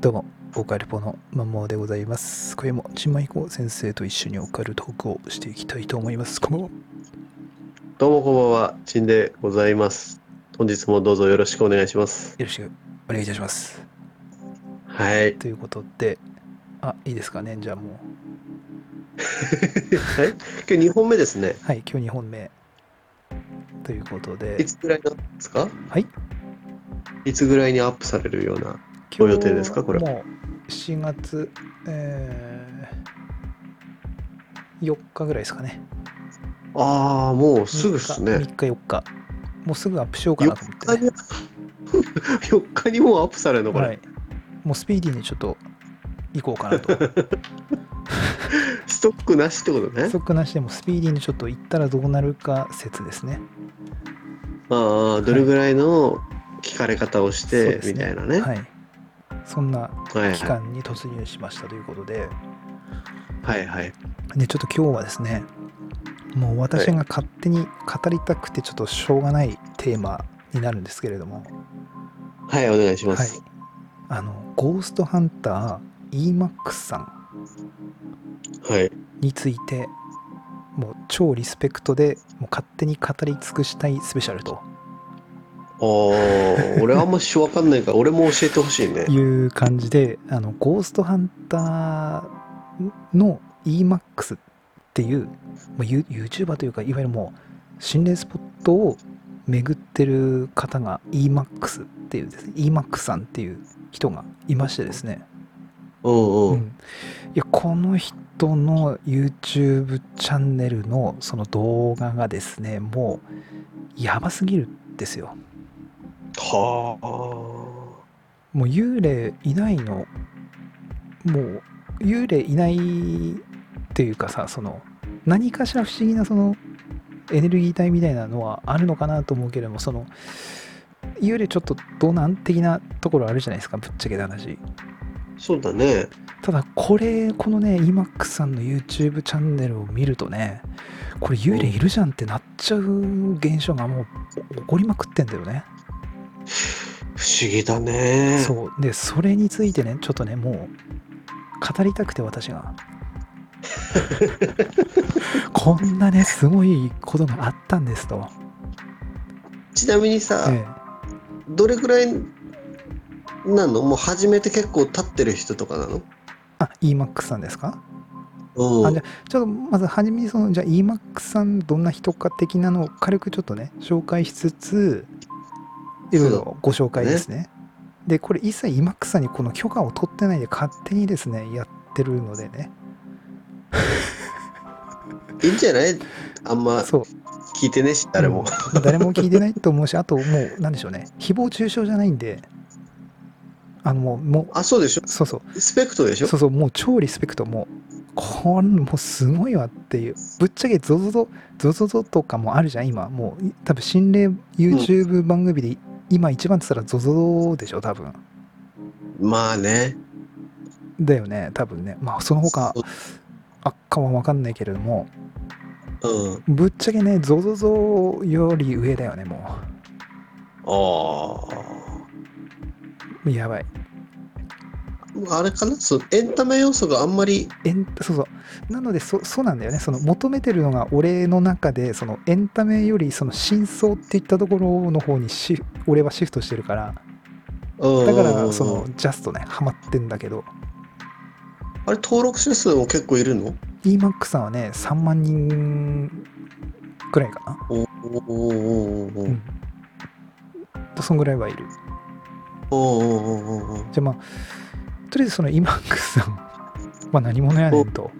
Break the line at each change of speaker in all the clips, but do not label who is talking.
どうも、オカルポのマンモーでございます。今夜も、ちんまいこ先生と一緒にオカルトークをしていきたいと思います。こんばんは。
どうもこんばんは、ちんでございます。本日もどうぞよろしくお願いします。
よろしくお願いいたします。
はい。
ということで、あ、いいですかね、じゃあも
はい。今日2本目ですね。
う。はい、今日2本目。ということ
い
で、
つぐらいなんですか
はい。
いつぐらいにアップされるような。ご予定ですかこれ
今日もう7月、えー、4日ぐらいですかね。
ああ、もうすぐっすね。
3日、4日。もうすぐアップしようかな
4
と思って、
日
ね。
に、4日に もうアップされるのこれ。
はい。もうスピーディーにちょっと行こうかなと。
ストックなしってことね
不。足なしでもスピーディーにちょっと行ったらどうなるか説ですね。
ああ、どれぐらいの聞かれ方をし
そう
て
で、す
みたいなね。は
はい。そんない期間に突入しましたということで、
はいはい。
で、ちょっと今日はですね、もう私が勝手に語りたくてちょっとしょうがないテーマになるんですけれども、
はい、お願いしま
はい
す。。
あの、ゴーストハンター EMAX さん
はい。
について、もう超リスペクトでもう勝手に語り尽くしたいスペシャルと
ああ、俺あんましわかんないから、俺も教えてほしいね。
いう感じであのゴーストハンターの EMAX っていう、まあ、ユ YouTuber というかいわゆるもう心霊スポットを巡ってる方が EMAX っていうですね EMAX さんっていう人がいましてですね、
うんう。
うんん、いやこの人の YouTube チャンネルのその動画がですねもうやばすぎるんですよ
はあ。
もう幽霊いないのもう幽霊いないっていうかさその何かしら不思議なそのエネルギー体みたいなのはあるのかなと思うけれどもその幽霊ちょっとどうなん的なところあるじゃないですかぶっちゃけた話
そうだね。
ただこれこのね EMAX さんの YouTube チャンネルを見るとねこれ幽霊いるじゃんってなっちゃう現象がもう起こりまくってんだよね
不思議だね。
そうでそれについてねちょっとねもう語りたくて私 がこんなねすごいことがあったんですと、
ちなみにさ、
ええ
どれくらいなのもう始めて結構経ってる人とかなの
あ EMAX さんですか
う
あ
ん。
じゃあちょっとまず初めにそのじゃあ EMAX さんどんな人か的なのを軽くちょっとね紹介しつついろいろご紹介ですねでこれ一切 EMAX さんにこの許可を取ってないで勝手にですねやってるのでね
いいんじゃないあんま
そう
聞いてねえし、誰も。
うん誰も聞いてないと思うし、あともう、なんでしょうね、誹謗中傷じゃないんで、あのもう、も
あ、そうでしょ
うそうそ
リスペクトでし
う、
ょ
そうそう、もう超リスペクト、もう、こんもうすごいわっていう、ぶっちゃけゾゾゾ、ゾゾゾとかもあるじゃん、今、もう、多分心霊 YouTube 番組で、今一番って言ったらゾゾゾでしょ、多分
まあね。
だよね、多分ね、まあ、その他、あっかは分かんないけれども、
うん。
ぶっちゃけね、ゾゾゾより上だよね、も
あ
う、やばい。
あ。あれかなそのエンタメ要素があんまり。
エンそうそうなのでそそうなんだよねその求めてるのが俺の中でそのエンタメよりその真相っていったところの方にシ俺はシフトしてるから
うん
だからその。ジャストねハマってんだけど
あれ、登録者数も結構いるの
EMAX さんはね3万人くらいかな
おーおーおーおーお
う
ー
んそんぐらいはいる
おーおーおーおー
じゃあまあとりあえずその EMAX さんは何者やねんと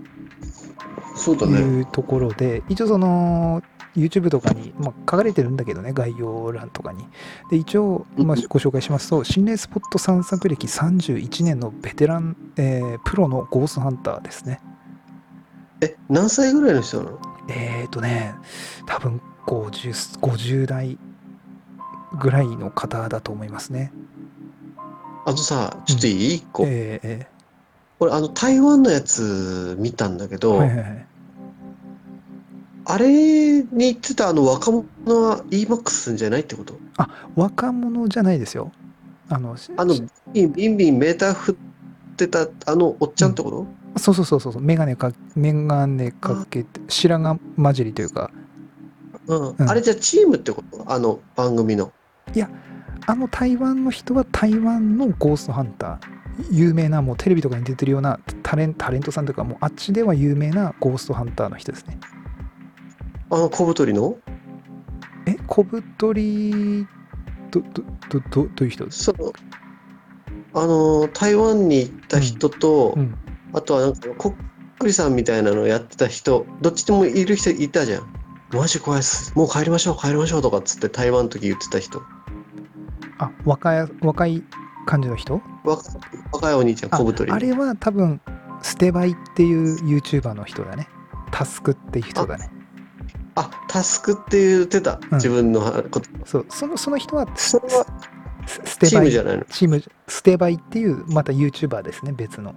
そうだね。
いうところで、一応その YouTube とかに、まあ、書かれてるんだけどね概要欄とかにで一応、まあ、
うんうん
ご紹介しますと心霊スポット散策歴31年のベテラン、えープロのゴーストハンターですね
え、何歳ぐらいの人なの
えっ、ー、とね多分 50, 50代ぐらいの方だと思いますね
あとさ、ちょっといい一個。
えーえ
俺、あの、台湾のやつ見たんだけ
ー
ど、
はいはいはい
あれに言ってたあの若者は EMAX すんじゃないってこと
若者じゃないですよあのし
あの、ビンビンビンメーター振っってたあのおっちゃんってこと、
そうそうそうそうそう、メガネか、メガネかけて、白髪混じりというか、
うん
うん
あれじゃあチームってことあの番組の。
あの台湾の人は台湾のゴーストハンター、有名な、もうテレビとかに出てるようなタレンタレントさんというか、もうあっちでは有名なゴーストハンターの人ですね。
あの小太りの
え、小太り、ど、ど、ど、どどういう人
そのあのー台湾に行った人と、
うん。
あとはなんかこっくりさんみたいなのやってた人どっちでもいる人いたじゃん。マジ怖いっす。もう帰りましょう帰りましょうとかっつって台湾の時言ってた人。
あ、若い、若い感じの人
若若いお兄ちゃん
あ
小太り。
あれは多分、ステバイっていう YouTuber の人だね。タスクっていう人だね。
あタスクって言ってた、
ん
自分のこと。
そう、その、その人はス、
それは
スステ
チー
バ
ム
イ
じゃないの。
チームステバイっていうまた YouTuber ですね別の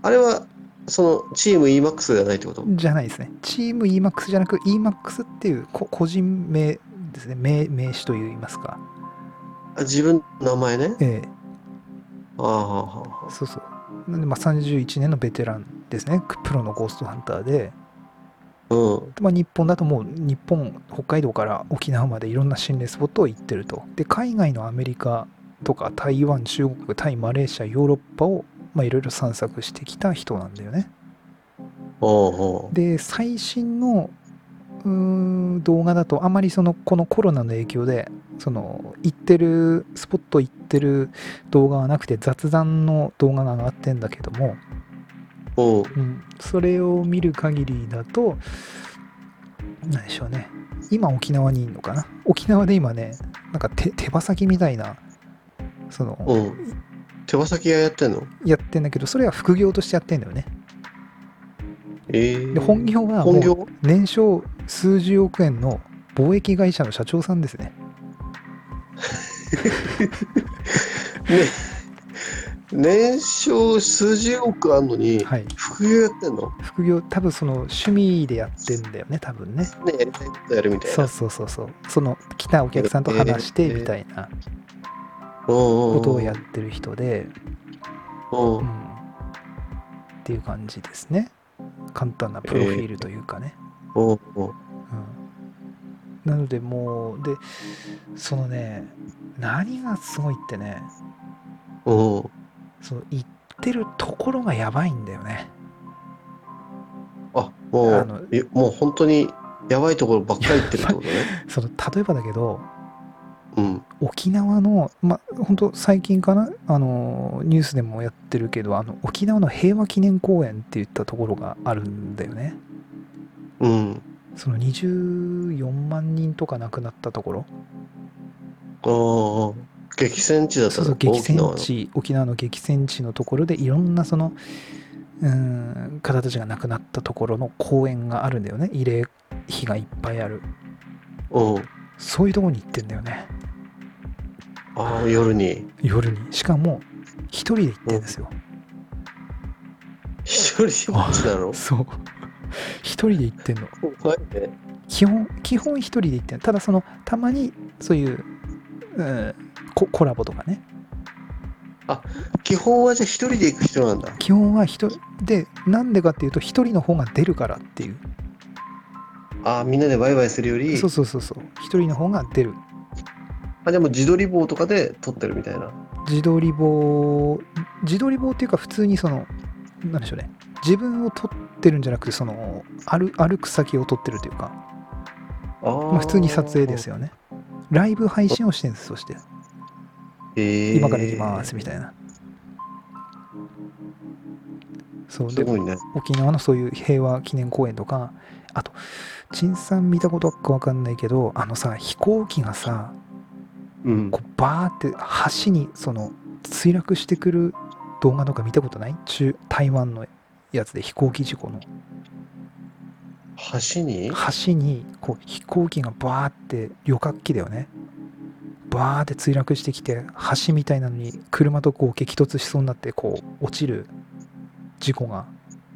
あれはそのチーム EMAX じゃないってこと
じゃないですねチーム EMAX じゃなく EMAX っていうこ個人名ですね名名詞といいますか
あ自分の名前ね。
ええ
あーはーはーはー
そうそうなんでまあ31年のベテランですねくプロのゴーストハンターで、
うん。
まあ、日本だともう日本北海道から沖縄までいろんな心霊スポットを行ってるとで海外のアメリカとか台湾中国タイマレーシアヨーロッパをまあいろいろ散策してきた人なんだよね
おうおう
で最新のうーん動画だとあまりそのこのコロナの影響でその行ってるスポット行ってる動画はなくて雑談の動画が上がってんだけども、
おう
うん、それを見る限りだと何でしょうね今沖縄にいるのかな沖縄で今ねなんか手手羽先みたいなその、
うん。手羽先がやってんの
やってんだけどそれは副業としてやってんだよね
ええ
で本業はも
本
う
業
年商数十億円の貿易会社の社長さんですね
年商数十億あんのに、
はい
副業やってんの
副業多分その趣味でやってんだよね多分ね
ねやりたいことやるみたい
そ
な。
うそうそうそうその来たお客さんと話してみたいな
うんうんうん
ことをやってる人で、
うん
うん、っていう感じですね簡単なプロフィールというかね、
うんう
う
ん
ん、なのでもうでそのね何がすごいってね
うん
その行ってるところがやばいんだよね
あも
あの
ういもう本当にやばいところばっかり行ってるってことね。
その例えばだけど
うん
沖縄の、まあ、本当最近かなあのニュースでもやってるけどあの沖縄の平和記念公園っていったところがあるんだよね
うん
その24万人とか亡くなったところ
ああ激戦地だった
そう
の
そう激戦
大き
地沖縄の激戦地のところでいろんなそのうーん方たちが亡くなったところの公園があるんだよね慰霊碑がいっぱいある
なのうん
そういうところに行ってんだよね
ああ夜に
夜にしかも一人で行ってんですよ
一人ぼっちなの
そう一人で行ってんの
怖いね。
基本基本一人で行ってないただそのたまにそういう、うん、ココラボとかね
基本はじゃあ一人で行く人なんだ。
基本は一人でなんでかっていうと一人の方が出るからっていう
ああみんなでバイバイするより
そうそうそうそう一人の方が出る
あでも自撮り棒とかで撮ってるみたいな。
自撮り棒自撮り棒っていうか普通にそのなんでしょうね自分を撮ってるんじゃなくてその歩歩く先を撮ってるというか、
あ
まあ、普通に撮影です
よ。
よねライブ配信をしてるんですそして
へー
今から行きますみたいなそう
す
で
ごいね。
沖縄のそういう平和記念公園とかあと陳さん見たことかわかんないけどあのさ飛行機がさ
うん。
こうバーって橋にその墜落してくる動画とか見たことない中台湾のやつで飛行機事故の
橋に
橋にこう飛行機がバーって旅客機だよねバーって墜落してきて橋みたいなのに車とこう激突しそうになってこう落ちる事故が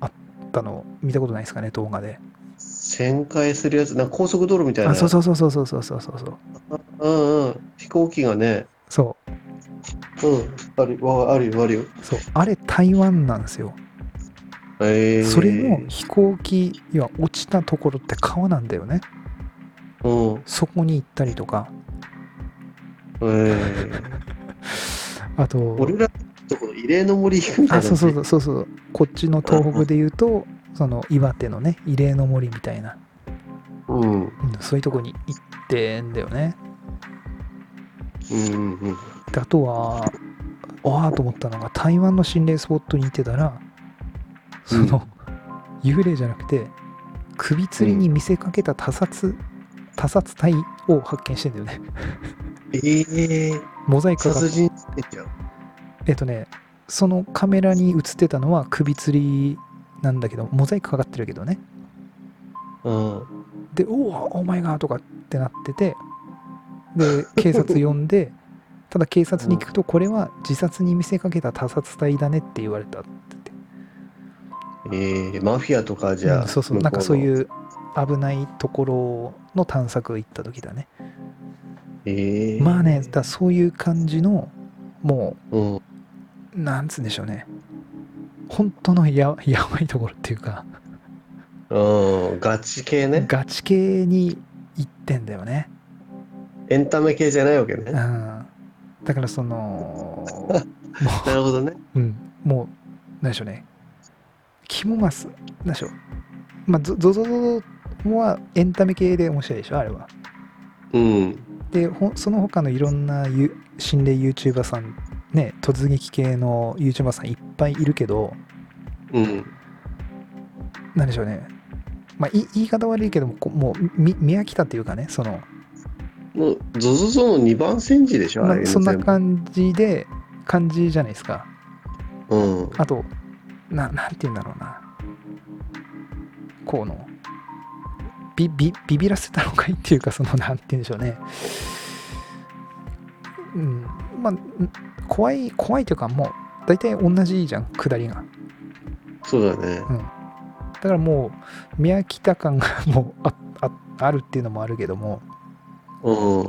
あったの見たことないですかね動画で
旋回するやつ、なんか高速道路みたいな。
あそうそうそうそうそうそうそうそう
うんうん。飛行機がね、
そ
うん。あるわあるよ、あるよ。
そうあれ台湾なんですよ
えー、
それも飛行機要は落ちたところって川なんだよね
うん。
そこに行ったりとか
えー、
あと
俺らのとこの異例の森行くみたい
あ
な。
そうそうそうそうそうこっちの東北で言うとその岩手のね慰霊の森みたいな、
うん。
うんそういうとこに行ってんだよね
うんうんうん。
であとはああと思ったのが台湾の心霊スポットに行ってたらその、幽霊じゃなくて首吊りに見せかけた他殺、他殺体を発見してんだよね
ええー、
モザイクが
殺人事件じゃん。
えっとねそのカメラに映ってたのは首吊りなんだけどモザイクかかってるけどね
うん。
で「おおお前が」とかってなってて で警察呼んでただ警察に聞くとこれは自殺に見せかけた他殺体だねって言われたって言って
えー、マフィアとかじゃ、。
うんそうそうなんかそういうう危ないところの探索行った時だね
えー、
まあねだからそういう感じのも
うん。
うなんつうんでしょうね本当のややばいところっていうか
うん。ガチ系ね。
ガチ系に行ってんだよね
エンタメ系じゃないわけ
う
ね。
ん
な
だからその
るほどね。
うん、もう、なんでしょうね。肝マス、なんでしょう。まあ、ゾゾゾゾゾはエンタメ系で面白いでしょ、あれは。
うん。
で、ほその他のいろんなゆ心霊 YouTuber さん、ね、突撃系の YouTuber さんいっぱいいるけど、
うん。
なんでしょうね。まあ、い言い方悪いけども、こもう見見飽きたっていうかね、その、
もう、ゾゾゾの2番煎じでしょ、
ま
あれ
あ、そんな
全部
感じで、感じじゃないですか。
うん。
あと、ななんて言うんだろうな。こうの、ビビビビらせたのかいっていうか、その、なんて言うんでしょうね。うん、まあ、ん怖い、怖いというか、もう、大体同じじゃん、下りが。
そうだね。
だからもう、見飽きた感がもうあ ああるっていうのもあるけども、
うん。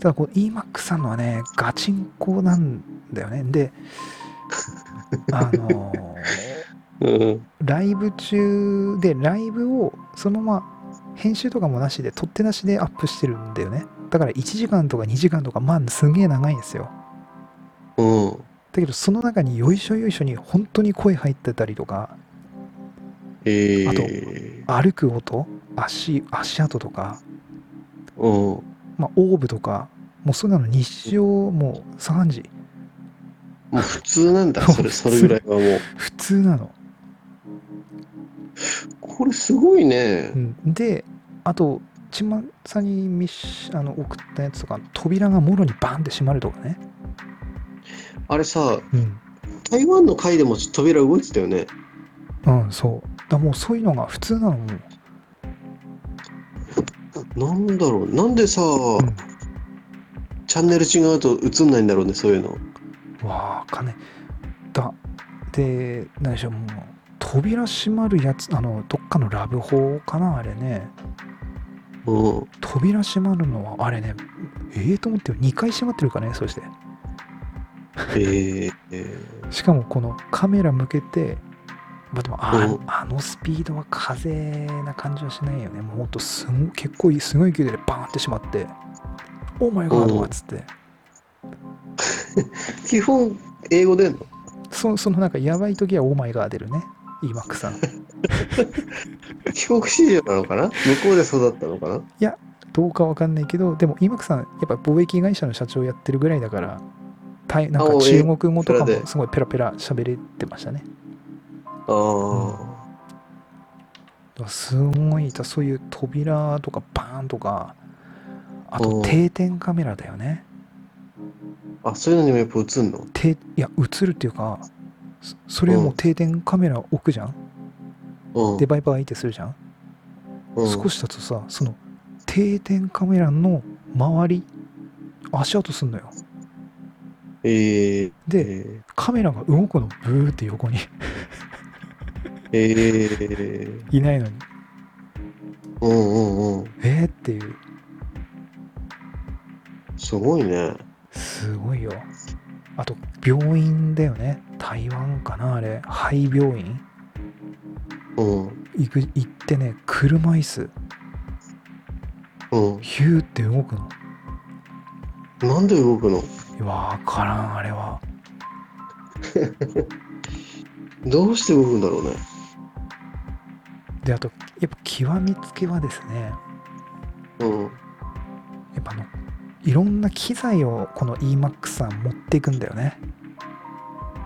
ただこう EMAX さんのはね、ガチンコなんだよね。で、あのー
うん。
ライブ中でライブをそのまま編集とかもなしで取ってなしでアップしてるんだよねだから1時間とか2時間とかまあすんげえ長いんですよ
うん。
だけどその中によいしょよいしょに本当に声入ってたりとか
ええー。
歩く音足足跡とか、
うん。
まあ、オーブとかもうそんなの日常もう3時
もう普通なん だ、それ、それぐらいはもう。
普通なの、
これすごいね
う。ん、であとちまさんにミッシあの送ったやつとか扉がもろにバンって閉まるとかね、
あれさ、
うん、
台湾の回でも扉動いてたよね。
うん、そう。だからもうそういうのが普通なのもう。
なんだろう、なんでさ、
うん、
チャンネル違うと映んないんだろうね、そういうの。
わあ、金。だ。で、何でしょう、もう、扉閉まるやつ、あの、どっかのラブホかな、あれね。
うん。
扉閉まるのは、あれね、ええと思ってよ。2回閉まってるからね、そして。
えー、えー
しかも、このカメラ向けて、まあ、でもあ
うん
あのスピードは風な感じはしないよね。もうほんとすん結構いいすごい勢いでバーンってしまって、オーマイガーとかっつって、
基本、英語でんの
そそのなんかやばい時はオーマイガー出るね、イマックさん。
帰国子女なのかな向こうで育ったのかな
どうかわかんないけどでも EMAX さんやっぱ貿易会社の社長やってるぐらいだからたいなんか
あ
中国語とか
ペラ
も
です
ごいペラペラ喋れてましたね
ああ
だからすごいだそういう扉とかバーンとかあ
う
と
ん
定点カメラだよね
ー。あ、そういうのにもやっぱ映んの
ていや映るっていうかそそれをもう定点カメラ置くじゃん
うん。
でバイバイってするじゃん
うん、
少し経つとさその定点カメラの周り足跡すんのよ
えー、
で
え
カメラが動くのブーって横に
ー、えー、
いないのに
うんうんうん。
えー、っていう
すごいね。
すごいよあと病院だよね台湾かなあれ肺病院
うん。
行く行ってね車椅子
うん。
ヒューって動くの
なんで動くの
わからんあれは
どうして動くんだろうね。
であとやっぱ極みつけはですね
うん。
やっぱあのいろんな機材をこの EMAX さん持っていくんだよね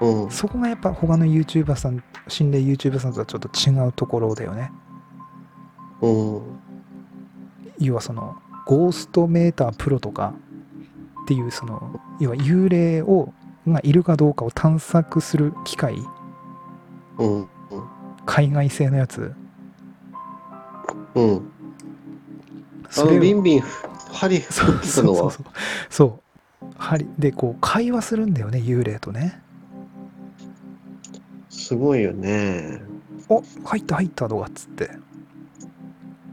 うん。
そこがやっぱ他の YouTuber さん心霊 YouTuber さんとはちょっと違うところだよね
うん。
要はそのゴーストメータープロとかっていうその要は幽霊をがいるかどうかを探索する機械
うん。
海外製のやつ
うん。あ
そ
の、ビ
れを
ンビン、針振
そ
っ
う
て
そ
た
う
の
そう
は。
そうそう針でこう会話するんだよね幽霊とね
すごいよね。
「お入った入った」とかっつって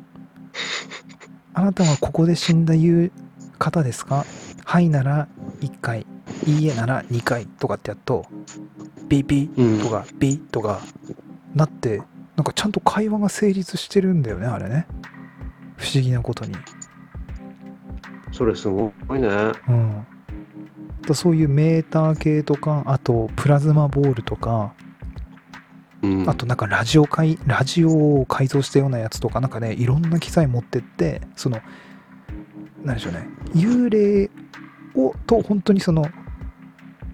「あなたはここで死んだいう方ですか?」「はい」なら1回「いいえ」なら2回とかってやっと「ピーピー」
うん。
とか「ビ」とかなってなんかちゃんと会話が成立してるんだよねあれね不思議なことに、
それすごいね。
うん、だそういうメーター系とかあとプラズマボールとか
うん。
あとなんかラジオ解ラジオを改造したようなやつとかなんかねいろんな機材持ってってその何でしょうね幽霊をと本当にその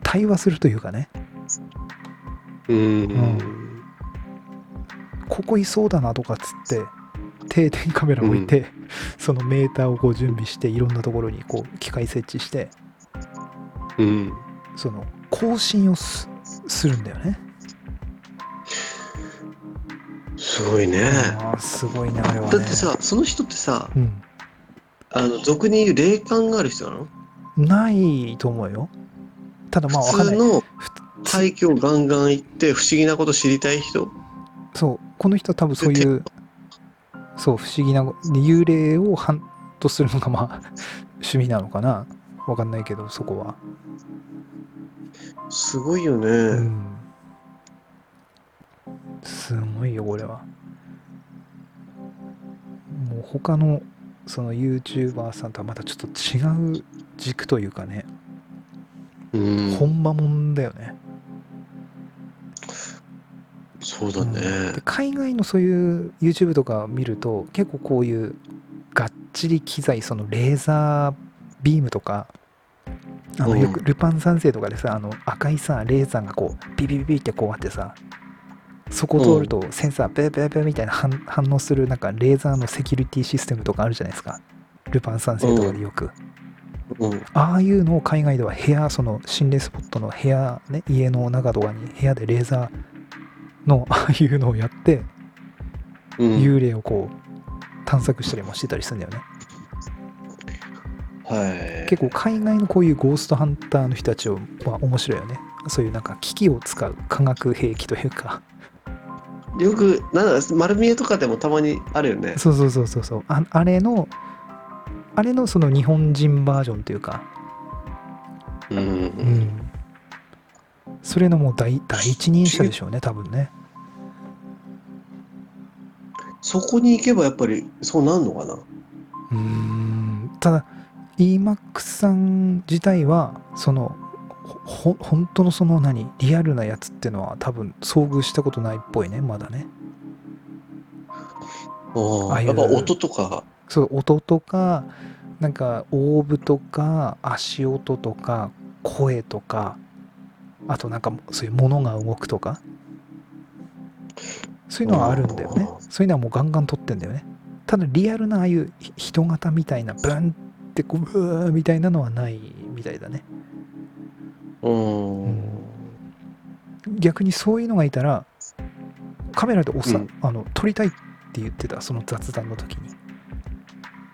対話するというかね
うん。
ここいそうだなとかっつって定点カメラ置いて、そのメーターをこう準備していろんなところにこう機械設置して
うん。
その更新をすするんだよね、
すごいね。
あーすごいねあれはね
だってさ、その人ってさ、
うん、
あの、俗に言う霊感がある人なの
ないと思うよただまあわか
普
んな
通
い
の
ふつ
廃墟ガンガン行って不思議なこと知りたい人
そうこの人は多分そういうそう不思議なで幽霊をハントするのがまあ趣味なのかなわかんないけどそこは、
すごいよね、
うん、すごいよこれはもう他のその YouTuber さんとはまたちょっと違う軸というかね、
うん
本場もんだよね
そうだ
うんで
ね
海外のそういう YouTube とか見ると結構こういうがっちり機材そのレーザービームとかあの
うん
よくルパン三世とかでさあの赤いさレーザーがこうビビビビってこうあってさそこを通るとセンサーペーペーペーみたいな反反応するなんかレーザーのセキュリティシステムとかあるじゃないですかルパン三世とかでよく
うん
ああいうのを海外では部屋、その心霊スポットの部屋、ね、家の中とかに部屋でレーザーのああいうのをやって、
うん
幽霊をこう探索したりもしてたりするんだよね。
はい
結構海外のこういうゴーストハンターの人たちはまあ面白いよね。そういうなんか機器を使う化学兵器というか、
よくなんだ丸見えとかでもたまにあるよね
そうそうそうそうそう、ああれの、あれのその日本人バージョンというか、
うん
うん、それのもう第第一人者でしょうね、多分ね。
そこに行けばやっぱりそうなんのかな
うーんただ EMAX さん自体はそのほほ本当のその何リアルなやつってのは多分遭遇したことないっぽいねまだね
あ
ああ
あ
いう
やっぱ音とか
そう音とかなんかオーブとか足音とか声とかあとなんかそういう物が動くとかそういうのはあるんだよね
あー
そういうのはもうガンガン撮ってんだよねただリアルなああいうひ人型みたいなブンってこううわーみたいなのはないみたいだね
うん、
うん逆にそういうのがいたらカメラでおさ、
うん
あの撮りたいって言ってたその雑談の時に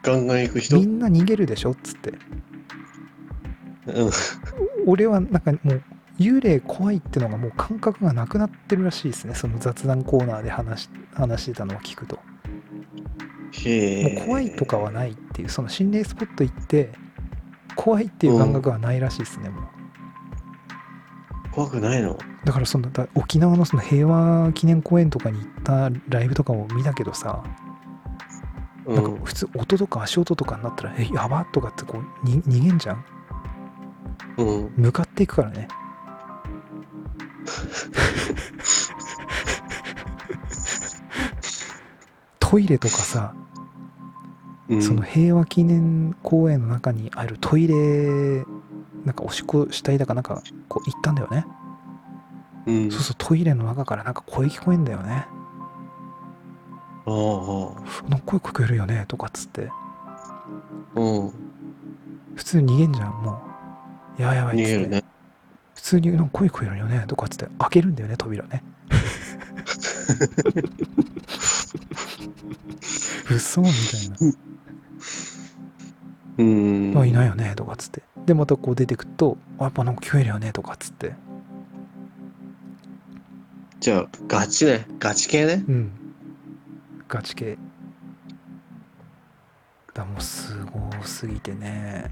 ガンガン行く人
みんな逃げるでしょっつって
うん
俺はなんかもう幽霊怖いってのがもう感覚がなくなってるらしいですねその雑談コーナーで話し話してたのを聞くと
へ
も
え
う怖いとかはないっていうその心霊スポット行って怖いっていう感覚はないらしいですね、もう
怖くないの
だからそのだ沖縄のその平和記念公園とかに行ったライブとかも見たけどさ、
う
なん
ん
か普通音とか足音とかになったら「えやば!」とかってこうに逃げんじゃん
うん
向かっていくからねトイレとかさ、
うん
その平和記念公園の中にあるトイレなんかおしっこしたいだかなんかこう行ったんだよね、
うん
そうそうトイレの中からなんか声聞こえんだよね
あああ
なんか声聞こえるよねとかっつって
あうん
普通逃げんじゃんもうやばいやば
逃
いっつ
げ
っ
る
て、
ね
普通になんか声聞こえるよねとかっつって開けるんだよね扉 ね嘘みたいな
うん
あいないよねとかっつってでまたこう出てくとあやっぱなんか聞こえるよねとかっつって
じゃあガチねガチ系ね
うんガチ系だもうすごすぎてね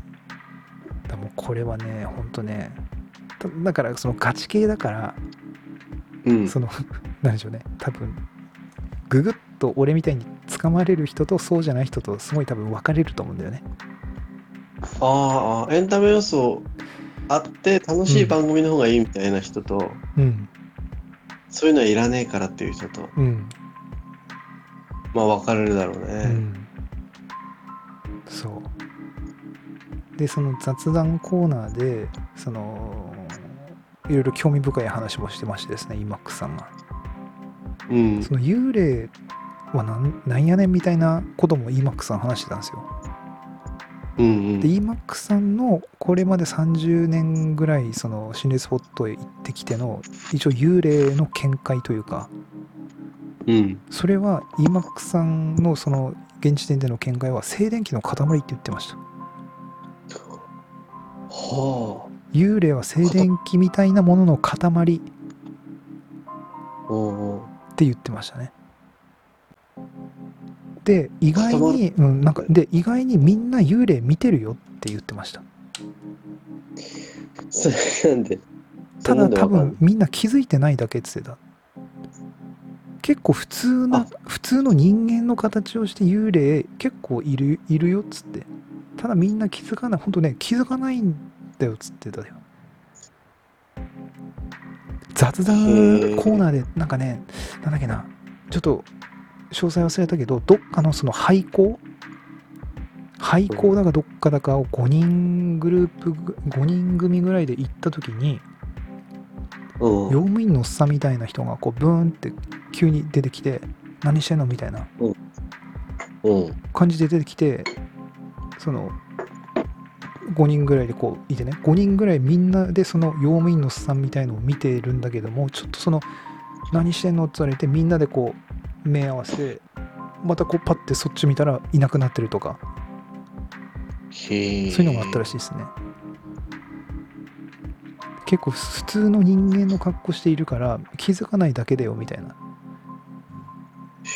だもうこれはねほんとねだだからそのガチ系だから
うん
その 何でしょうね多分ググッと俺みたいに捕まれる人とそうじゃない人とすごい多分分かれると思うんだよね
ああエンタメ要素あって楽しい番組の方がいいみたいな人と、
うん
そういうのはいらねえからっていう人と
うん
まあ分かれるだろう
う
ね
んそうでその雑談コーナーでそのいろいろ興味深い話もしてましてですね IMAX さんが
うん、
その幽霊はなんなんやねんみたいなことも IMAX さん話してたんですよ
うんうん
で EMAX さんのこれまで30年ぐらいその心霊スポットへ行ってきての一応幽霊の見解というか
うん
それは EMAX さんのその現時点での見解は静電気の塊って言ってました
は
幽霊は静電気みたいなものの塊
あおうおう
って言ってましたねで意外に、うん、なんかで意外にみんな幽霊見てるよって言ってました
それなんでそ
た
れ
だ
なんで
多
わかん
分みんな気づいてないだけって言ってた結構普通な
あ
普通の人間の形をして幽霊結構いるいるよっつってただみんな気づかないほんとね気づかないんだよっつってたよ雑談コーナーでなんかねなんだっけなちょっと詳細忘れたけどどっかのその廃校廃校だかどっかだかを5人グループ5人組ぐらいで行った時に
う
用
ん
務員のおっさんみたいな人がこうブーンって急に出てきて何してんのみたいな
うん
感じで出てきてその5人ぐらいでこういてね5人ぐらいみんなでその用務員のおっさんみたいのを見てるんだけどもちょっとその何してんのって言われてみんなでこう目合わせてまたこうパッてそっち見たらいなくなってるとか
へえ
そういうのがあったらしいですね。結構普通の人間の格好しているから気づかないだけだよみたいな。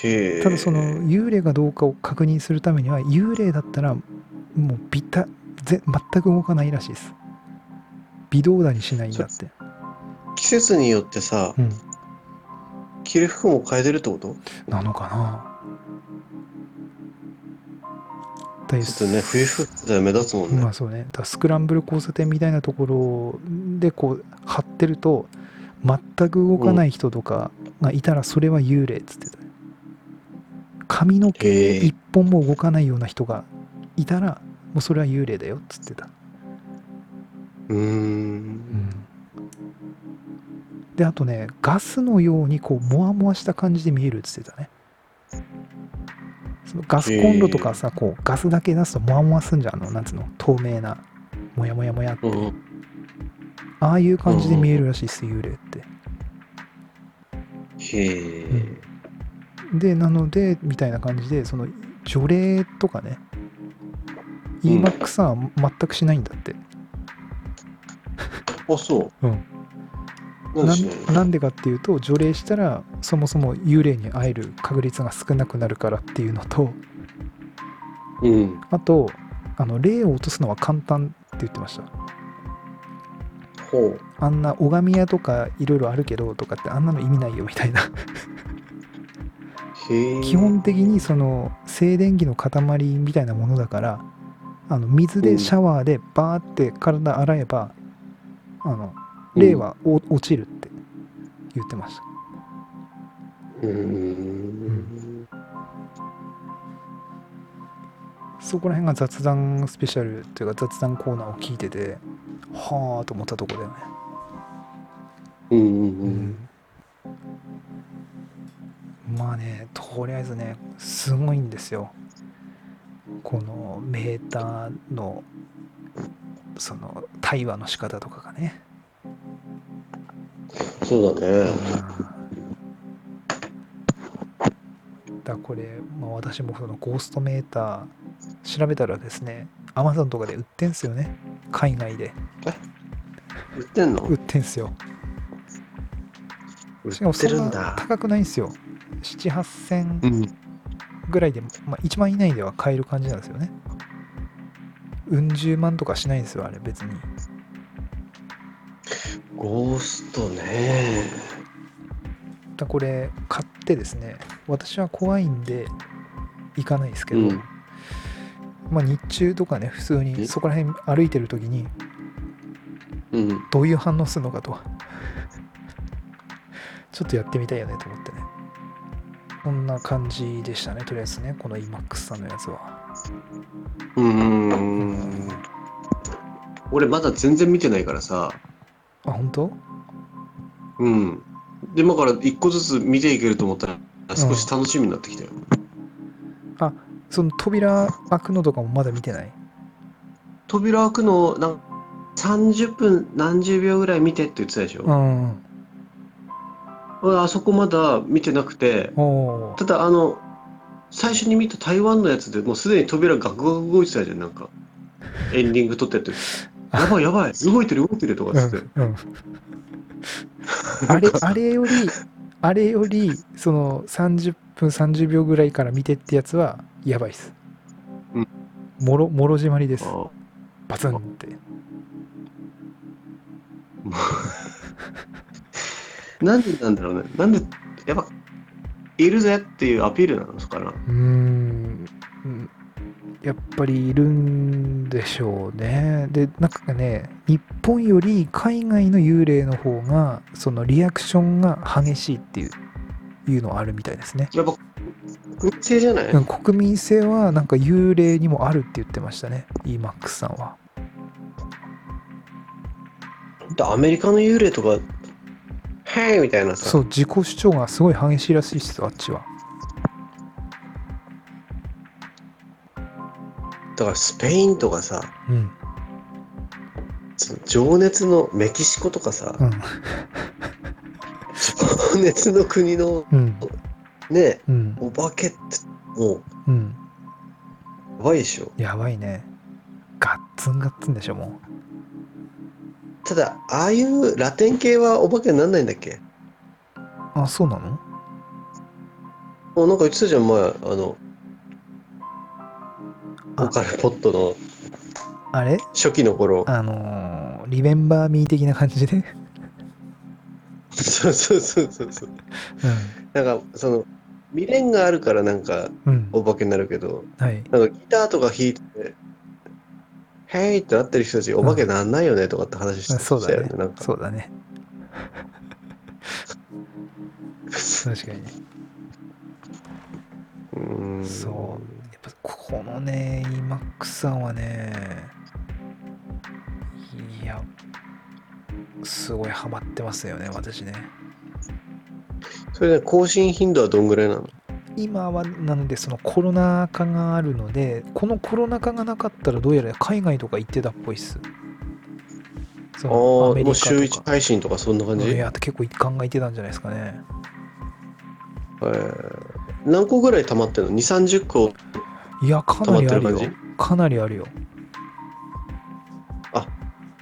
へえ
ただその幽霊がどうかを確認するためには幽霊だったらもうビタぜ全く動かないらしいです。微動だにしないんだって。
季節によってさ
うん。
着る服も変えてるってこと
なのかなだい
ちょっとね冬服って目立つもんね、
まあそうね、だからスクランブル交差点みたいなところでこう張ってると全く動かない人とかがいたらそれは幽霊っつってたよ髪の毛
へえ
一本も動かないような人がいたらもうそれは幽霊だよっつってた、
うーん
であとねガスのようにこうモワモワした感じで見えるっつってたねそのガスコンロとかさこうガスだけ出すとモワモワすんじゃんあのなんつうの透明なモヤモヤモヤって
うんうん
ああいう感じで見えるらしいです、幽霊って。
へえ
うんで、なので、みたいな感じで、その、除霊とかね、
うん
EMAX は全くしないんだって。
あそう
うん
何
な
でしない
んなんでかっていうと、除霊したら、そもそも幽霊に会える確率が少なくなるからっていうのと、
うん
あと、あの霊を落とすのは簡単って言ってました。
ほう。
あんな拝み屋とかいろいろあるけどとかってあんなの意味ないよみたいな
へえ。
基本的にその静電気の塊みたいなものだからあの水でシャワーでバーって体洗えば、あの霊はお落ちるって言ってました
うーん。
そこら辺が雑談スペシャルっていうか雑談コーナーを聞いててはあと思ったとこだよね、
うんうんうん。
まあねとりあえずねすごいんですよこのメーターのその対話の仕方とかがね、
そうだね。
だからこれ、まあ、私もそのゴーストメーター調べたらですね Amazon とかで売ってんすよね海外で
売ってんの
売ってんすよ
売
しかも
っ
そ
てる
ん
ん
な
だ。
高くないんですよ78000
ん。
ぐらいで、まあ、1万以内では買える感じなんですよねうん十万とかしないんですよあれ別に
ゴーストね。
だこれ買ってですね私は怖いんで行かないですけ
う
ど、
ん。
まあ日中とかね普通に
え
そこら辺歩いてる時に
うん。
どういう反応するのかと ちょっとやってみたいよねと思ってねこんな感じでしたねとりあえずねこの EMAX さんのやつは
うーん。俺まだ全然見てないからさ。
あ本当
うん。で、今から一個ずつ見ていけると思ったら、少し楽しみになってきたよ。
その扉開くのとかもまだ見てない
扉開くの、なん30分何十秒ぐらい見てって言ってたでし
う
ょ。
ん
俺あそこまだ見てなくて、
おお
ただあの、最初に見た台湾のやつでもうすでに扉ガクガク動いてたじゃん、なんか。エンディング撮っ てって。やばいやばい、動いてる動いてるとかっつって。
うんうん、あれあれよりあれよりその30分30秒ぐらいから見てってやつはやばいっす、
うん
もろもろ締まりです
あ
バツンって
なんでなんだろうね。なんで、やっぱ、いるぜっていうアピールなのかな。
うーんうんやっぱりいるんでしょうねでなんかね日本より海外の幽霊の方がそのリアクションが激しいっていういうのはあるみたいですね
やっぱ、国政じゃない、
うん国民性はなんか幽霊にもあるって言ってましたね EMAX さんは
アメリカの幽霊とか、はいみたいなさ
そ、う自己主張がすごい激しいらしいですあっちは
だからスペインとかさ、
うん
その情熱のメキシコとかさ、
うん
情熱の国の
うん
ね、
うん
お化けって、もう、
うん
やばいでしょ。
やばいねガッツンガッツンでしょも
ただ、ああいうラテン系はお化けになんないんだっけ
うあそうなの
もうなんか言ってたじゃん、前、あの、
あ
オカルポットの
あれ
初期の頃。
あのーリメンバーミー的な感じで、
そうそうそうそうそう。なんか、その、未練があるからなんか、
うん、うん
お化けになるけど、
はい
なんかギターとか弾いて、へーってなってる人たち、お化けなんないよねとかって話して
そう
た
だ
よ
ね
ね。なんか、
そうだ ね確かにね
うーん。
そうやっぱこのね EMAX さんはねいやすごいハマってますよね私ね
それで更新頻度はどんぐらいなの
今はなのでそのコロナ禍があるのでこのコロナ禍がなかったらどうやら海外とか行ってたっぽいっすそ
ああ
のア
ー、
メリ
もう
カ
週
と
一
か
配信とかそんな感じ、
いや結構考えてたんじゃないですかね
えー何個ぐらい溜まってんの ?2、30個
いやかな
溜まっ
り
て
あ
る
るよ
感じ
かなりあるよ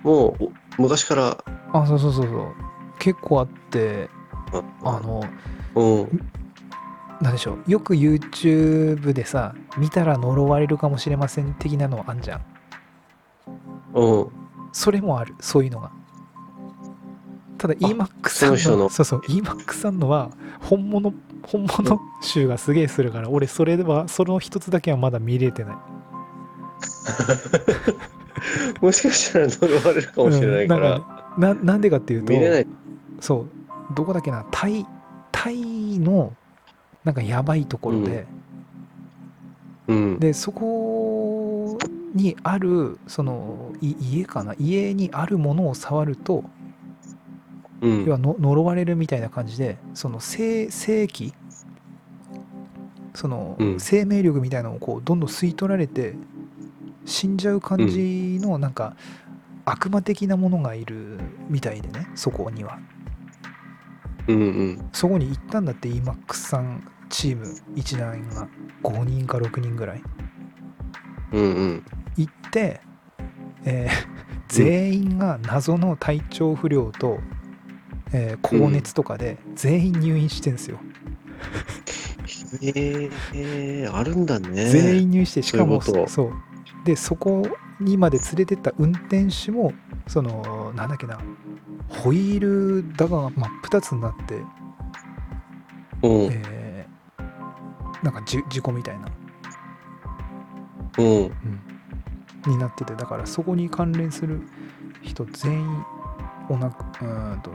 もうお昔から。
あそうそうそうそう結構あって
あ
あの
うん。
なんでしょうよく YouTube でさ見たら呪われるかもしれません的なのあんじゃん
うん。
それもあるそういうのがただ EMAX さん
その人の
そうそう EMAX さんのは本物本物集がすげえするから俺それではその一つだけはまだ見れてない
もしかしたら呪われるかもしれないから、
うんなんかねななんでかっていうと
見れない。
そうどこだっけなタイタイのなんかやばいところで、
うん。
でそこにあるそのい家かな家にあるものを触ると
う
要
ん。
はの呪われるみたいな感じでその生生気その、
うん
生命力みたいなのをこうどんどん吸い取られて死んじゃう感じのなんか、悪魔的なものがいるみたいでねそこには
うんうん。
そこに行ったんだって EMAX さんチーム一団が5人か6人ぐらい
うんうん。
行って、えー全員が謎の体調不良と、えー高熱とかで全員入院してんですよ、
ええあるんだね。
全員入院してしかも
そういうこと
そうでそこにまで連れてった運転手もそのなんだっけなホイールだが真っ二つになって、
うん
えーなんかじ事故みたいな
うん。
になっててだからそこに関連する人全員おなかうーんと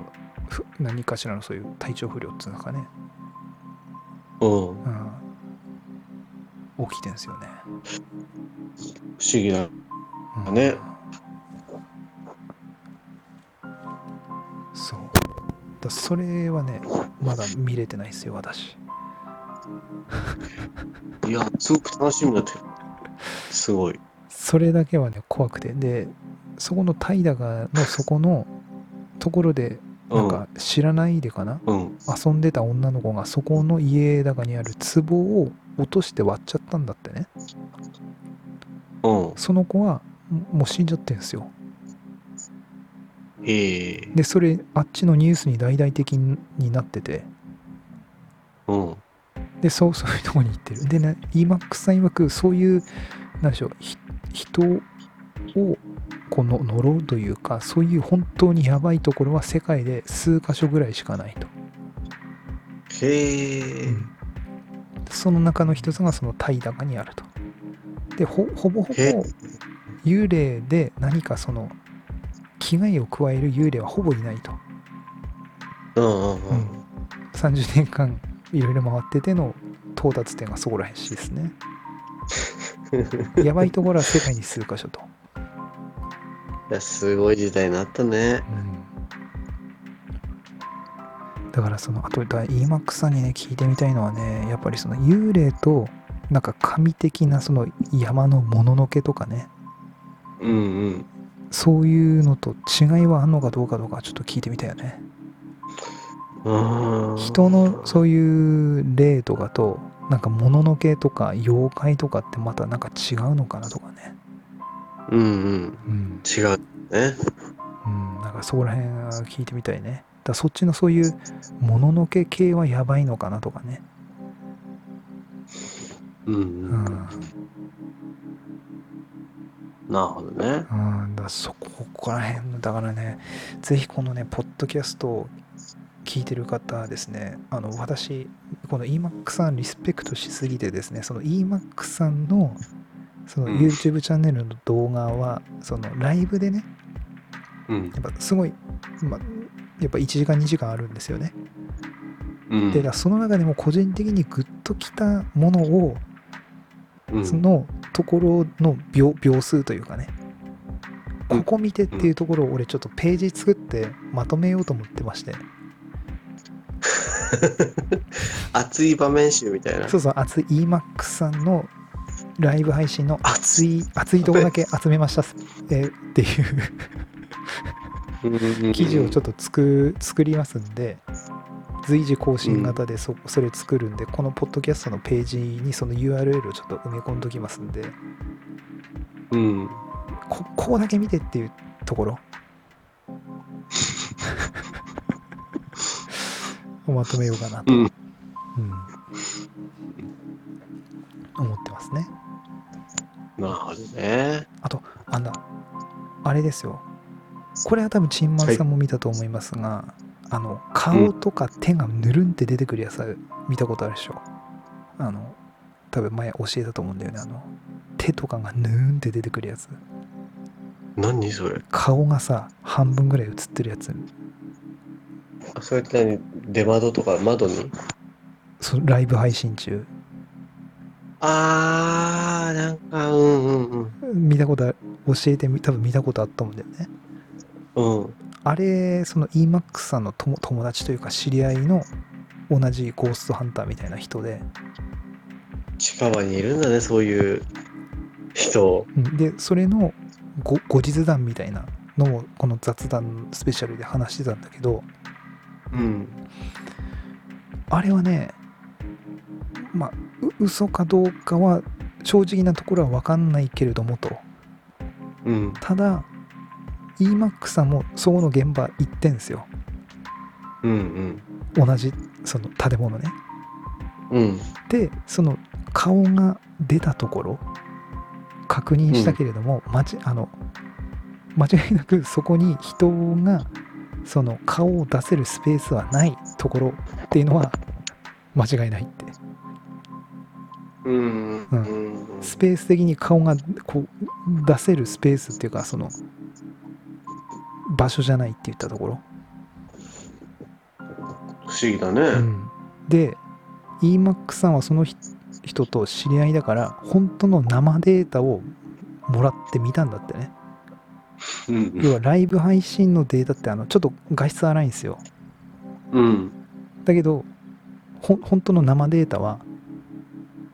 ふ何かしらのそういう体調不良っつうのかね、
うん。
うん、起きてんすよね。
不思議な。
うん
ね。
そう。だそれはね、まだ見れてないですよ、私。
いや、すごく楽しみだってる。すごい。
それだけはね、怖くて。で、そこのタイダがのそこのところで、
う
なん
ん。
か知らないでかな、
うん。
遊んでた女の子がそこの家だかにある壺を落として割っちゃったんだってね。
うん。
その子はももう死んじゃってんすよ。
ええ
で、それ、あっちのニュースに大々的になってて。
うん。
でそう そういうとこに行ってるでね EMAX さん曰くそういう何でしょうひ人をこの呪うというかそういう本当にやばいところは世界で数箇所ぐらいしかないと、
へえ。
その中の一つがそのタイダカにあるとでほほぼほぼ
へ
幽霊で何かその危害を加える幽霊はほぼいないと
うんうんう。
うん30年間いろいろ回ってての到達点がそこらへんしですね やばいところは世界に数箇所と
いや、すごい時代になったね。
だからそのあとだ EMAX さんにね聞いてみたいのはねやっぱりその幽霊となんか神的なその山のもののけとかね
うんうん。
そういうのと違いはあんのかどうかどうかちょっと聞いてみたいよね
うん
人のそういう霊とかとなんかもののけとか妖怪とかってまたなんか違うのかなとかね
うんうん。
うん、
違うね。
うん、なんかそこら辺は聞いてみたいねだからそっちのそういうもののけ系はやばいのかなとかね
うん
う
うん。
ん
なるほどね。
うん、だそこここら辺のだからね、ぜひこのね、ポッドキャストを聞いてる方ですね、あの私、この EMAX さんリスペクトしすぎてですね、その EMAX さんのその
うん
YouTube チャンネルの動画は、そのライブでね、
うん
やっぱすごい、ま、やっぱ1時間、2時間あるんですよね。
うん。
で、だからその中でも個人的にグッときたものを、
うん
そのところの秒秒数というかね
う
こ
ん
こ見てっていうところを俺ちょっとページ作ってまとめようと思ってまして
熱い場面集みたいな。
そうそう熱い EMAX さんのライブ配信の熱い熱い動画だけ集めました、えーっていう記事をちょっと作作りますんで随時更新型でそそれ作るんでこのポッドキャストのページにその URL をちょっと埋め込んどきますんで
と。うん。
こここだけ見てっていうところ をまとめようかなと、
うん
うん思ってますね
なるほどね。
あんなあれですよこれは多分チンマンさんも見たと思いますが、あの顔とか手がぬるんって出てくるやつ見たことあるでしょあの多分前教えたと思うんだよねあの手とかがぬーんって出てくるやつ
何それ
顔がさ半分ぐらい映ってるやつ
あそれって何出窓とか窓に
そライブ配信中
あーなんかうんうん
見たことあ教えてみ多分見たことあったもんだよね
うんうん
あれその EMAX さんの友友達というか知り合いの同じゴーストハンターみたいな人で
近場にいるんだねそういう人
うんでそれのご後日談みたいなのをこの雑談スペシャルで話してたんだけど
うん
あれはねまあう嘘かどうかは正直なところは分かんないけれどもと
うん
ただ EMAX さんもそこの現場行ってんですよ
うん
同じその建物ね
うんうん
でその顔が出たところ確認したけれども、間ちあの間違いなくそこに人がその顔を出せるスペースはないところっていうのは間違いないって
うんうんうん
スペース的に顔がこう出せるスペースっていうかその場所じゃないって言ったところ、
不思議だ
う
ね
ん、で EMAX さんはその人人と知り合いだから本当の生データをもらってみたんだってね
うん
要はライブ配信のデータってあのちょっと画質荒いんですよ
うん
だけどほん本当の生データは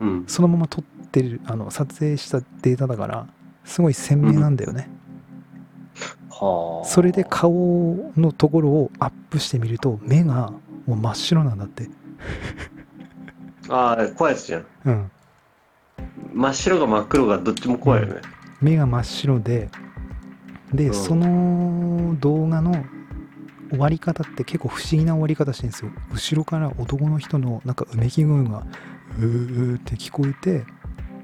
うん
そのまま撮ってるあの撮影したデータだからすごい鮮明なんだよね、
はあ
それで顔のところをアップしてみると目がもう真っ白なんだって
ああ怖いやつじゃん
うん
真っ白が真っ黒がどっちも怖いよね
目が真っ白でで、
うん
その動画の終わり方って結構不思議な終わり方してるんですよ後ろから男の人のなんかうめき声がうーって聞こえて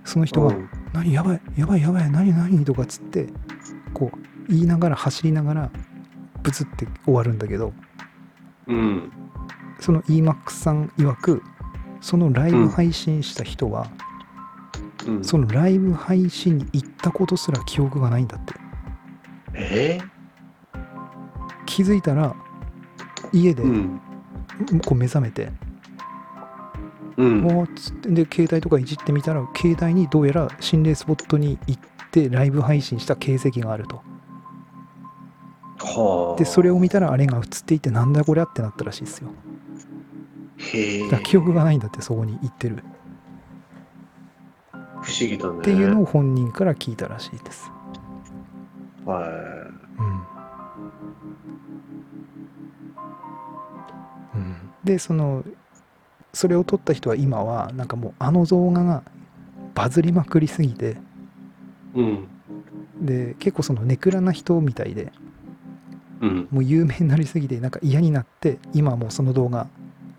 その人が
うん
「何やばいやばいやばい何何?」とかっつってこう言いながら走りながらブツって終わるんだけど
うん
その EMAX さん曰くそのライブ配信した人は、
うん
そのライブ配信に行ったことすら記憶がないんだって
えー
気づいたら家で
うん
こう目覚めて、
うん
もうつってで携帯とかいじってみたら携帯にどうやら心霊スポットに行ってライブ配信した形跡があると
はあ
でそれを見たらあれが映っていてなんだこりゃってなったらしいですよ
へえ
だから記憶がないんだってそこに行ってるっ
不思議だねって
いうのを本人から聞いたらしいです、
は
うんうん、でそのそれを撮った人は今はなんかもうあの動画がバズりまくりすぎて
いうん
で結構そのネクラな人みたいで
うん
もう有名になりすぎてなんか嫌になって今はもうその動画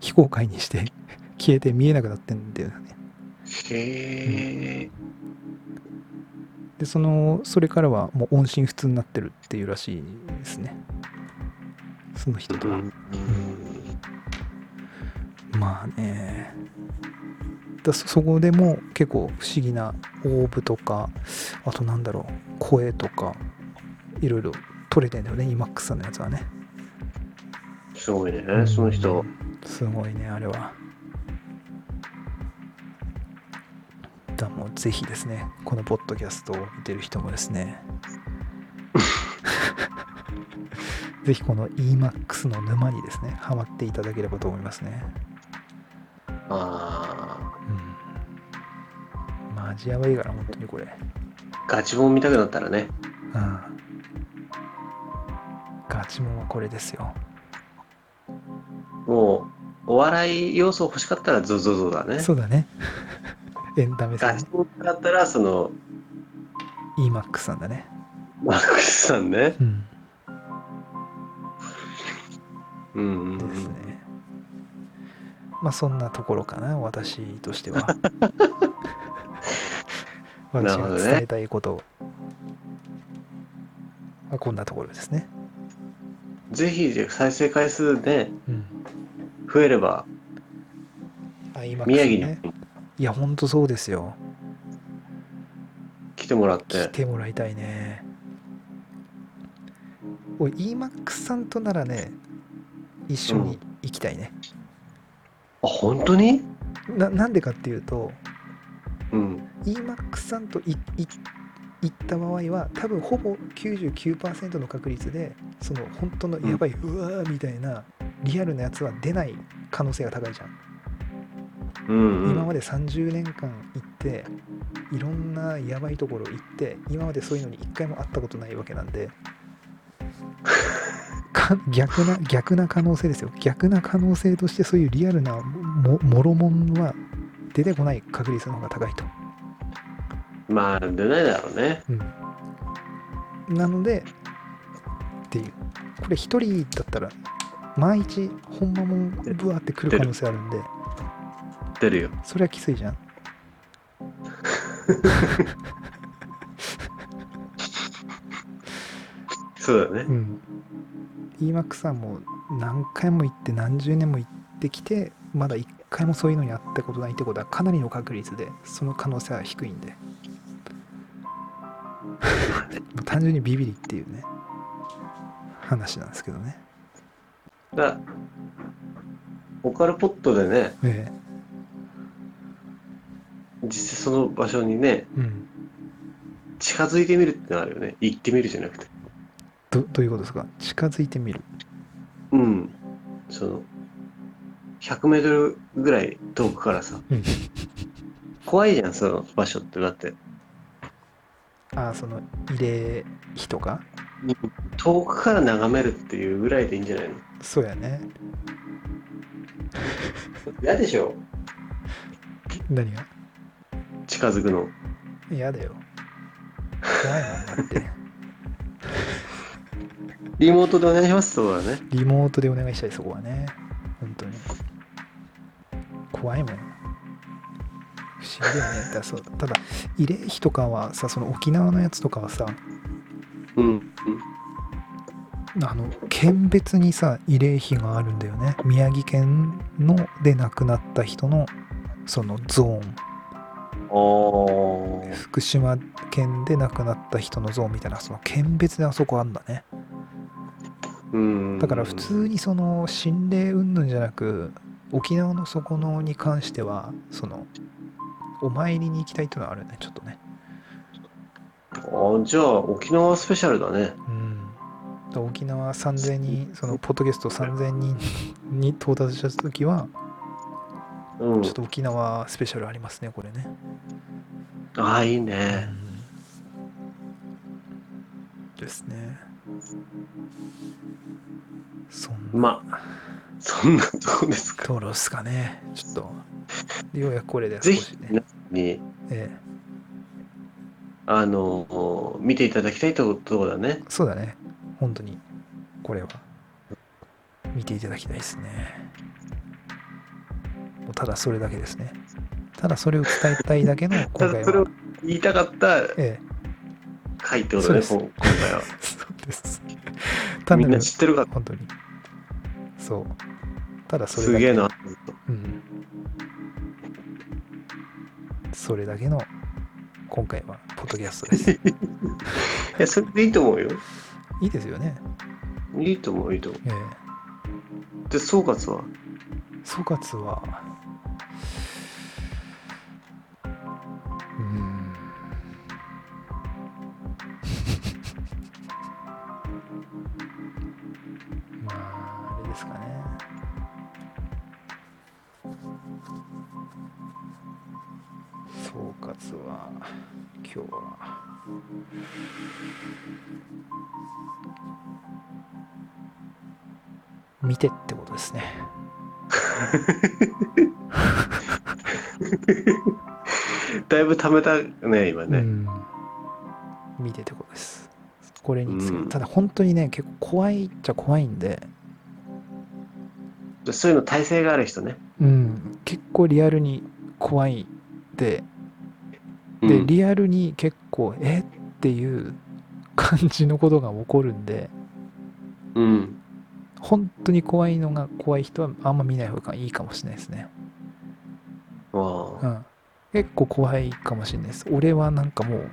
非公開にして 消えて見えなくなってんだよね
へえ
でそのそれからはもう音信不通になってるっていうらしいですねその人と
う
は
ん
まあねだそそこでも結構不思議なオーブとかあとなんだろう声とかいろいろ撮れてんだよね EMAX さんのやつはね
すごいねその人
すごいねあれはだもうぜひですねこのポッドキャストを見てる人もです ねぜひこの EMAX の沼にですねハマっていただければと思いますね、
あ
うん、まあ味わいいから本当にこれ
あガチも見たくなったらね
うんガチモンはこれですよ
もうお笑い要素欲しかったらゾゾゾだね
そうだね エンタメさ
ガ
ん
チもだったらその
EMAX さんだね
マックスさんね
うん
うんうん
ですね。まあそんなところかな、私として は。私
なるほ
が
どね
伝えたいことはこんなところですね。
ぜひ再生回数で
うん、
増えれば
あ今、
宮城
ね、
に
いやほんとそうですよ
来てもらっ
来
て
てもらいたいねおい EMAX さんとならね一緒に行きたいね、
あ本当に
ななんでかっていうと
うん
EMAX さんといい行った場合は多分ほぼ99%の確率でその本当のやばい、うわーみたいなリアルなやつは出ない可能性が高いじゃん、
うんうん
今まで30年間行っていろんなやばいところ行って今までそういうのに一回も会ったことないわけなん でか逆な逆な可能性ですよ逆な可能性としてそういうリアルなももろもんは出てこない確率の方が高いと
まあ出ないだろうね
なのでっていうこれ一人だったら毎日ほんまもんぶわってくる可能性あるんで
出るよ
それはきついじゃん
そうだよ
う
ね
ん EMAX さんも何回も行って何十年も行ってきてまだ一回もそういうのにあったことないってことはかなりの確率でその可能性は低い んで単純にビビリっていうね話なんですけどね
だオカルポットでね
え
実際その場所にね
えうん
近づいてみるってのはあるよね行ってみるじゃなくて
どどういうことですか近づいてみる
うんその 100m ぐらい遠くからさ
うん
怖いじゃんその場所ってだって
ああその慰霊碑とか
遠くから眺めるっていうぐらいでいいんじゃないの
そうやね
嫌でしょ
何が
近づくの
嫌だよ怖いもんだって
リモートでお願いしますそうだね
リモートでお願いしたいそこはね本当に怖いもん不思議だよねだからそうただ慰霊碑とかはさその沖縄のやつとかはさ
うんうん
あの県別にさ慰霊碑があるんだよね宮城県ので亡くなった人のそのゾーン
おー
福島県で亡くなった人の像みたいなその県別であそこあんだね
うん
だから普通にその心霊云々じゃなく沖縄のそこのに関してはそのお参りに行きたいっていうのはあるよねちょっとね
あじゃあ沖縄スペシャルだね
うんだから沖縄3000人そのポッドキャスト3000人に到達した時は
うん
ちょっと沖縄スペシャルありますねこれね、
ああいいうね
ん、ですねそんな
まあそんなとこですか
どうですかね。ちょっと、ようやくこれで少
ぜひ
しね。
皆さんに
ええ
あの見ていただきたいとところだね
そうだね。本当に、これは、見ていただきたいですね。もうただそれだけですね。ただそれを伝えたいだけの今
た
回
だそれを
は。
言いたかった
ええ、
回ってことだね
そ
こ
う
う今回は
そうです。単
み
なんる
な、知ってるか
本当に。そう。ただそれ
す
だ
げえ
け。
な
うん。それだけの、今回は、ポッドキャスト です。
いやそれでいいと思うよ
いいですよね。
いいと思ういいと思
ええ
うで総括は
総括はうーん まああれですかね総括は今日は見てってことですね
だいぶ貯めたね今
う
ね
ん、見てってことですこれについて、
うん
ただ本当にね結構怖いっちゃ怖いんで、
でそういうの耐性がある人ね
うん、結構リアルに怖いで
う
で、
ん
リアルに結構えっていう感じのことが起こるんで
うん
本当に怖いのが怖い人はあんま見ない方がいいかもしれないですね。
あ
う
あ。
ん。結構怖いかもしれないです。俺はなんかもう、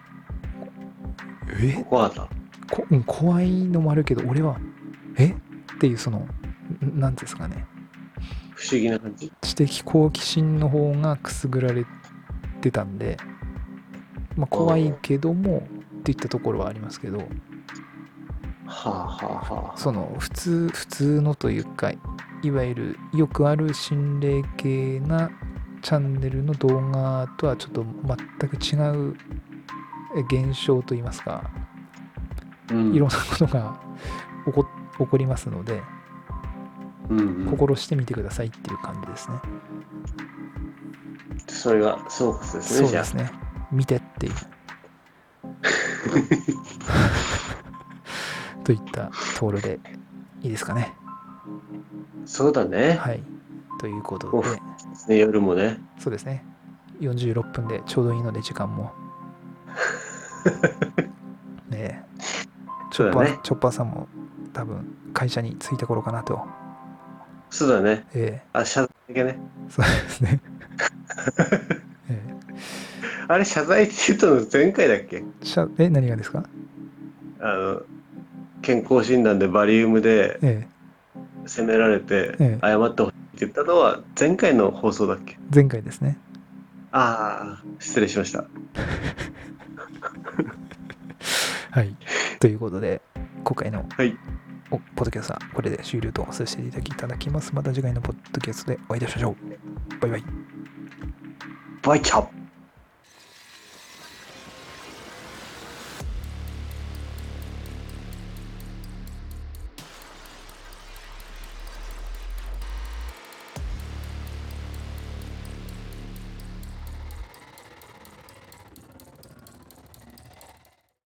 え
怖かっ
こうん怖いのもあるけど、俺は、えっていうその、んなんていうんですかね、
た。不思議な感じ。
知的好奇心の方がくすぐられてたんで、まあ怖いけども、っていったところはありますけど、
はあはあはあ。
その普通普通のというかいわゆるよくある心霊系なチャンネルの動画とはちょっと全く違うえ現象といいますか
うん
いろんなことが起こ起こりますので
うんうん
心してみてくださいっていう感じですね。
それが総括です
そ
ね、
う
じゃ
で
あ
す。ね。見てって いう。といったところでいいですかね。
そうだね。
はい。ということ
オ
で
フ。ね夜もね。
そうですね。46分でちょうどいいので、時 間も。ねえ。チ
そう
ョッ
だ
パー、
ね
チョッパーさんも多分会社に着いた頃かなと。
そうだね。
え
あ、謝罪だけね。
えそうです ね。え
あれ、謝罪って言ったの前回だっけ
えしゃえ、何がですか
あの、健康診断でバリウムで
え
責められて
ええ、
謝ってほしいって言ったのは前回の放送だっけ
え前回ですね。
ああ、失礼しました。
はい。ということで、今回の、
はい
おポッドキャストはこれで終了とさせていただきいただきます。また次回のポッドキャストでお会いいたしましょう。バイバイ。
バイチャップ